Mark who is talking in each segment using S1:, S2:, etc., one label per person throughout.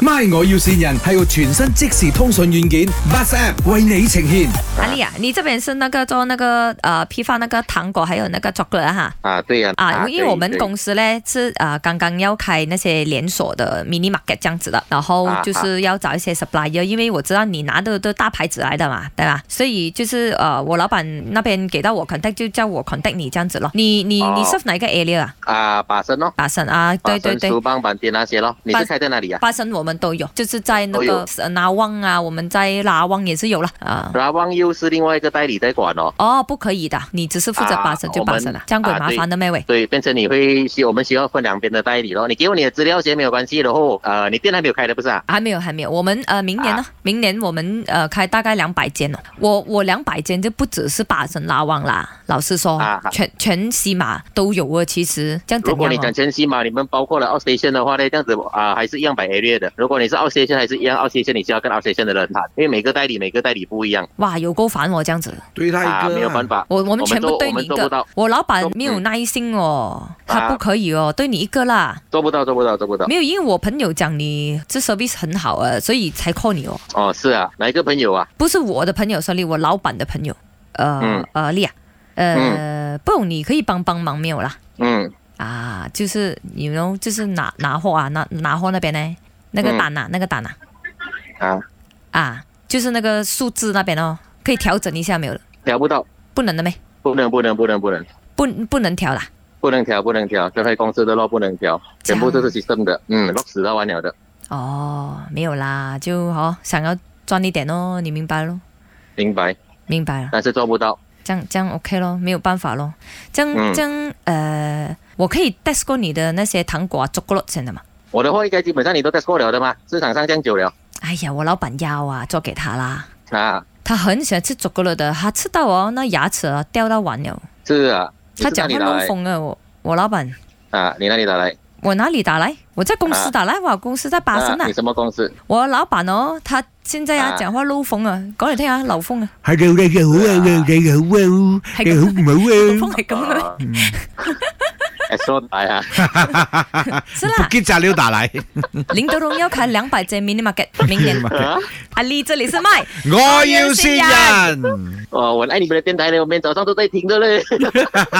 S1: My 我要線人係個全新即時通訊軟件 Bus App 為你呈現。
S2: 阿丽啊，你这边是那个做那个呃批发那个糖果还有那个 chocolate 哈
S3: 啊，对呀、
S2: 啊，因为我们
S3: 对
S2: 公司呢是呃刚刚要开那些连锁的 mini market 这样子的，然后
S3: 啊
S2: 就是要找一些 supplier，因为我知道你拿的都大牌子来的嘛，对吧？所以就是呃我老板那边给到我 contact 就叫我 contact 你这样子咯。你你
S3: 哦
S2: 你 serve 哪一个 area 啊？
S3: 对啊，巴生咯，
S2: 巴生啊，对对
S3: 巴生
S2: 对。
S3: 书邦板店那些咯，你
S2: 巴
S3: 是开在哪里呀、啊
S2: 巴生我们都有，就是在那
S3: 都有
S2: 个呃拿旺啊，我们在拿旺也是有了啊。
S3: 啊？拉旺又是另外一个代理在管哦。
S2: 哦，不可以的，你只是负责
S3: 啊
S2: 八成就
S3: 我们
S2: 八成了，这样鬼
S3: 啊
S2: 麻
S3: 对
S2: 烦的妹妹。
S3: 所以变成你会需，我们需要分两边的代理咯。你给我你的资料先没有关系，然后呃，你店还没有开的不是啊？
S2: 还没有，还没有。我们呃，明年呢？明年我们呃开大概两百间哦。我我两百间就不只是八神拉旺啦，老实说，
S3: 啊啊
S2: 全全西马都有啊。其实这样怎
S3: 如果
S2: 样
S3: 你
S2: 哦
S3: 讲？全西马，你们包括了 outstation 的话呢，这样子啊、还是一样摆 area 的。如果你是 outstation 还是一样 outstation，你需要跟 outstation 的人谈，因为每个代理每个代理不一样
S2: 哇，有够烦我这样子，
S1: 对他
S3: 啊，没有办法。
S2: 我我们
S3: 我们
S2: 全部
S3: 做
S2: 对
S3: 我
S2: 你
S3: 们
S2: 一
S3: 做不
S2: 个
S3: 到，
S2: 我老板
S3: 做
S2: 没有
S3: 嗯
S2: 耐心哦，他
S3: 啊
S2: 不可以哦，对你一个啦。
S3: 做不到，做不到，做不到。
S2: 没有，因为我朋友讲你这 service 很好啊，所以才 call 你哦。
S3: 哦，是啊，哪一个朋友啊？
S2: 不是我的朋友，sorry，我老板的朋友，呃、
S3: 嗯
S2: 呃，丽啊，呃，不用，你可以帮帮忙没有啦？
S3: 嗯，
S2: 啊，就是你 you know，就是拿拿货啊，拿拿货那边呢，那个
S3: 嗯
S2: 单啊，那个单啊，
S3: 啊，
S2: 啊，就是那个数字那边哦，可以调整一下没有？
S3: 调不到，
S2: 不能的没，
S3: 不能，不能，不能，不能，
S2: 不不能调啦。
S3: 不能调，不能调，这开公司的咯，不能调，全部都是 system 的，嗯，落死到完了的。
S2: 哦，没有啦，就哦，想要赚一点哦，你明白咯？
S3: 明白，
S2: 明白了，
S3: 但是做不到。
S2: 这样这样 OK 咯，没有办法咯，这样、
S3: 嗯
S2: 这样呃，我可以 d e s 过你的那些糖果啊、朱古力真的吗？
S3: 我的话应该基本上你都 test 过了的嘛，市场上这样久了
S2: 哎呀，我老板要啊，做给他啦。
S3: 啊，
S2: 他很喜欢吃朱古力的，他吃到哦，那牙齿啊掉到完了。
S3: 是啊。
S2: 他讲
S3: 你
S2: 他
S3: 是哪
S2: 漏
S3: 里
S2: 风啊，我我老板，
S3: 打来啊，你哪里打来？
S2: 我哪里打来？我在公司
S3: 啊
S2: 打来，我公司在巴生啊
S3: 你。什么公司？
S2: 我老板哦，他现在啊
S3: 啊
S2: 讲话漏风啊，讲嚟听下，漏 风啊，
S4: 係嘅，你嘅好啊，你嘅好啊，
S2: 係
S4: 你好
S2: 咁，
S4: 唔
S2: 漏
S4: 好
S2: 风
S4: 啊？
S2: 系咁嘅 咩？
S3: 说来啊，
S2: 是啦，
S4: 結扎了打嚟，
S2: 林德荣要开两百只 mini market，明年阿丽这里是 麦，
S4: 我要線人。
S3: 哦，我爱你们的电台呢，我每天早上都在听的嘞。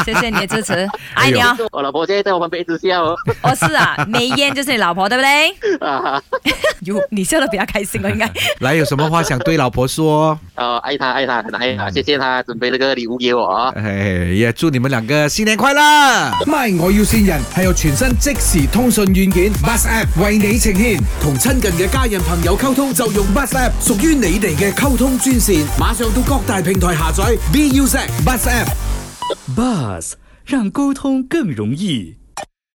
S2: 谢谢你的支持，爱你哦。
S3: 我老婆现在在我旁边一直笑哦。
S2: 我是啊，梅艳就是你老婆对不 对？
S3: 啊，
S2: 哟，你笑得比较开心了啊应该。
S4: 来，有什么话想对老婆说？
S3: 哦，爱她爱她很爱
S2: 嗯
S3: 她，谢谢她准备那个礼物给我啊。
S4: 哎，也祝你们两个新年快乐！
S1: My 我要線人係個全新即時通訊軟件 Bus App 為你呈現，同親近嘅家人朋友溝通就用 Bus App，屬於你哋嘅溝通專線。馬上到各大平台下載 BUZ Bus App。
S5: Buzz 让沟通更容易。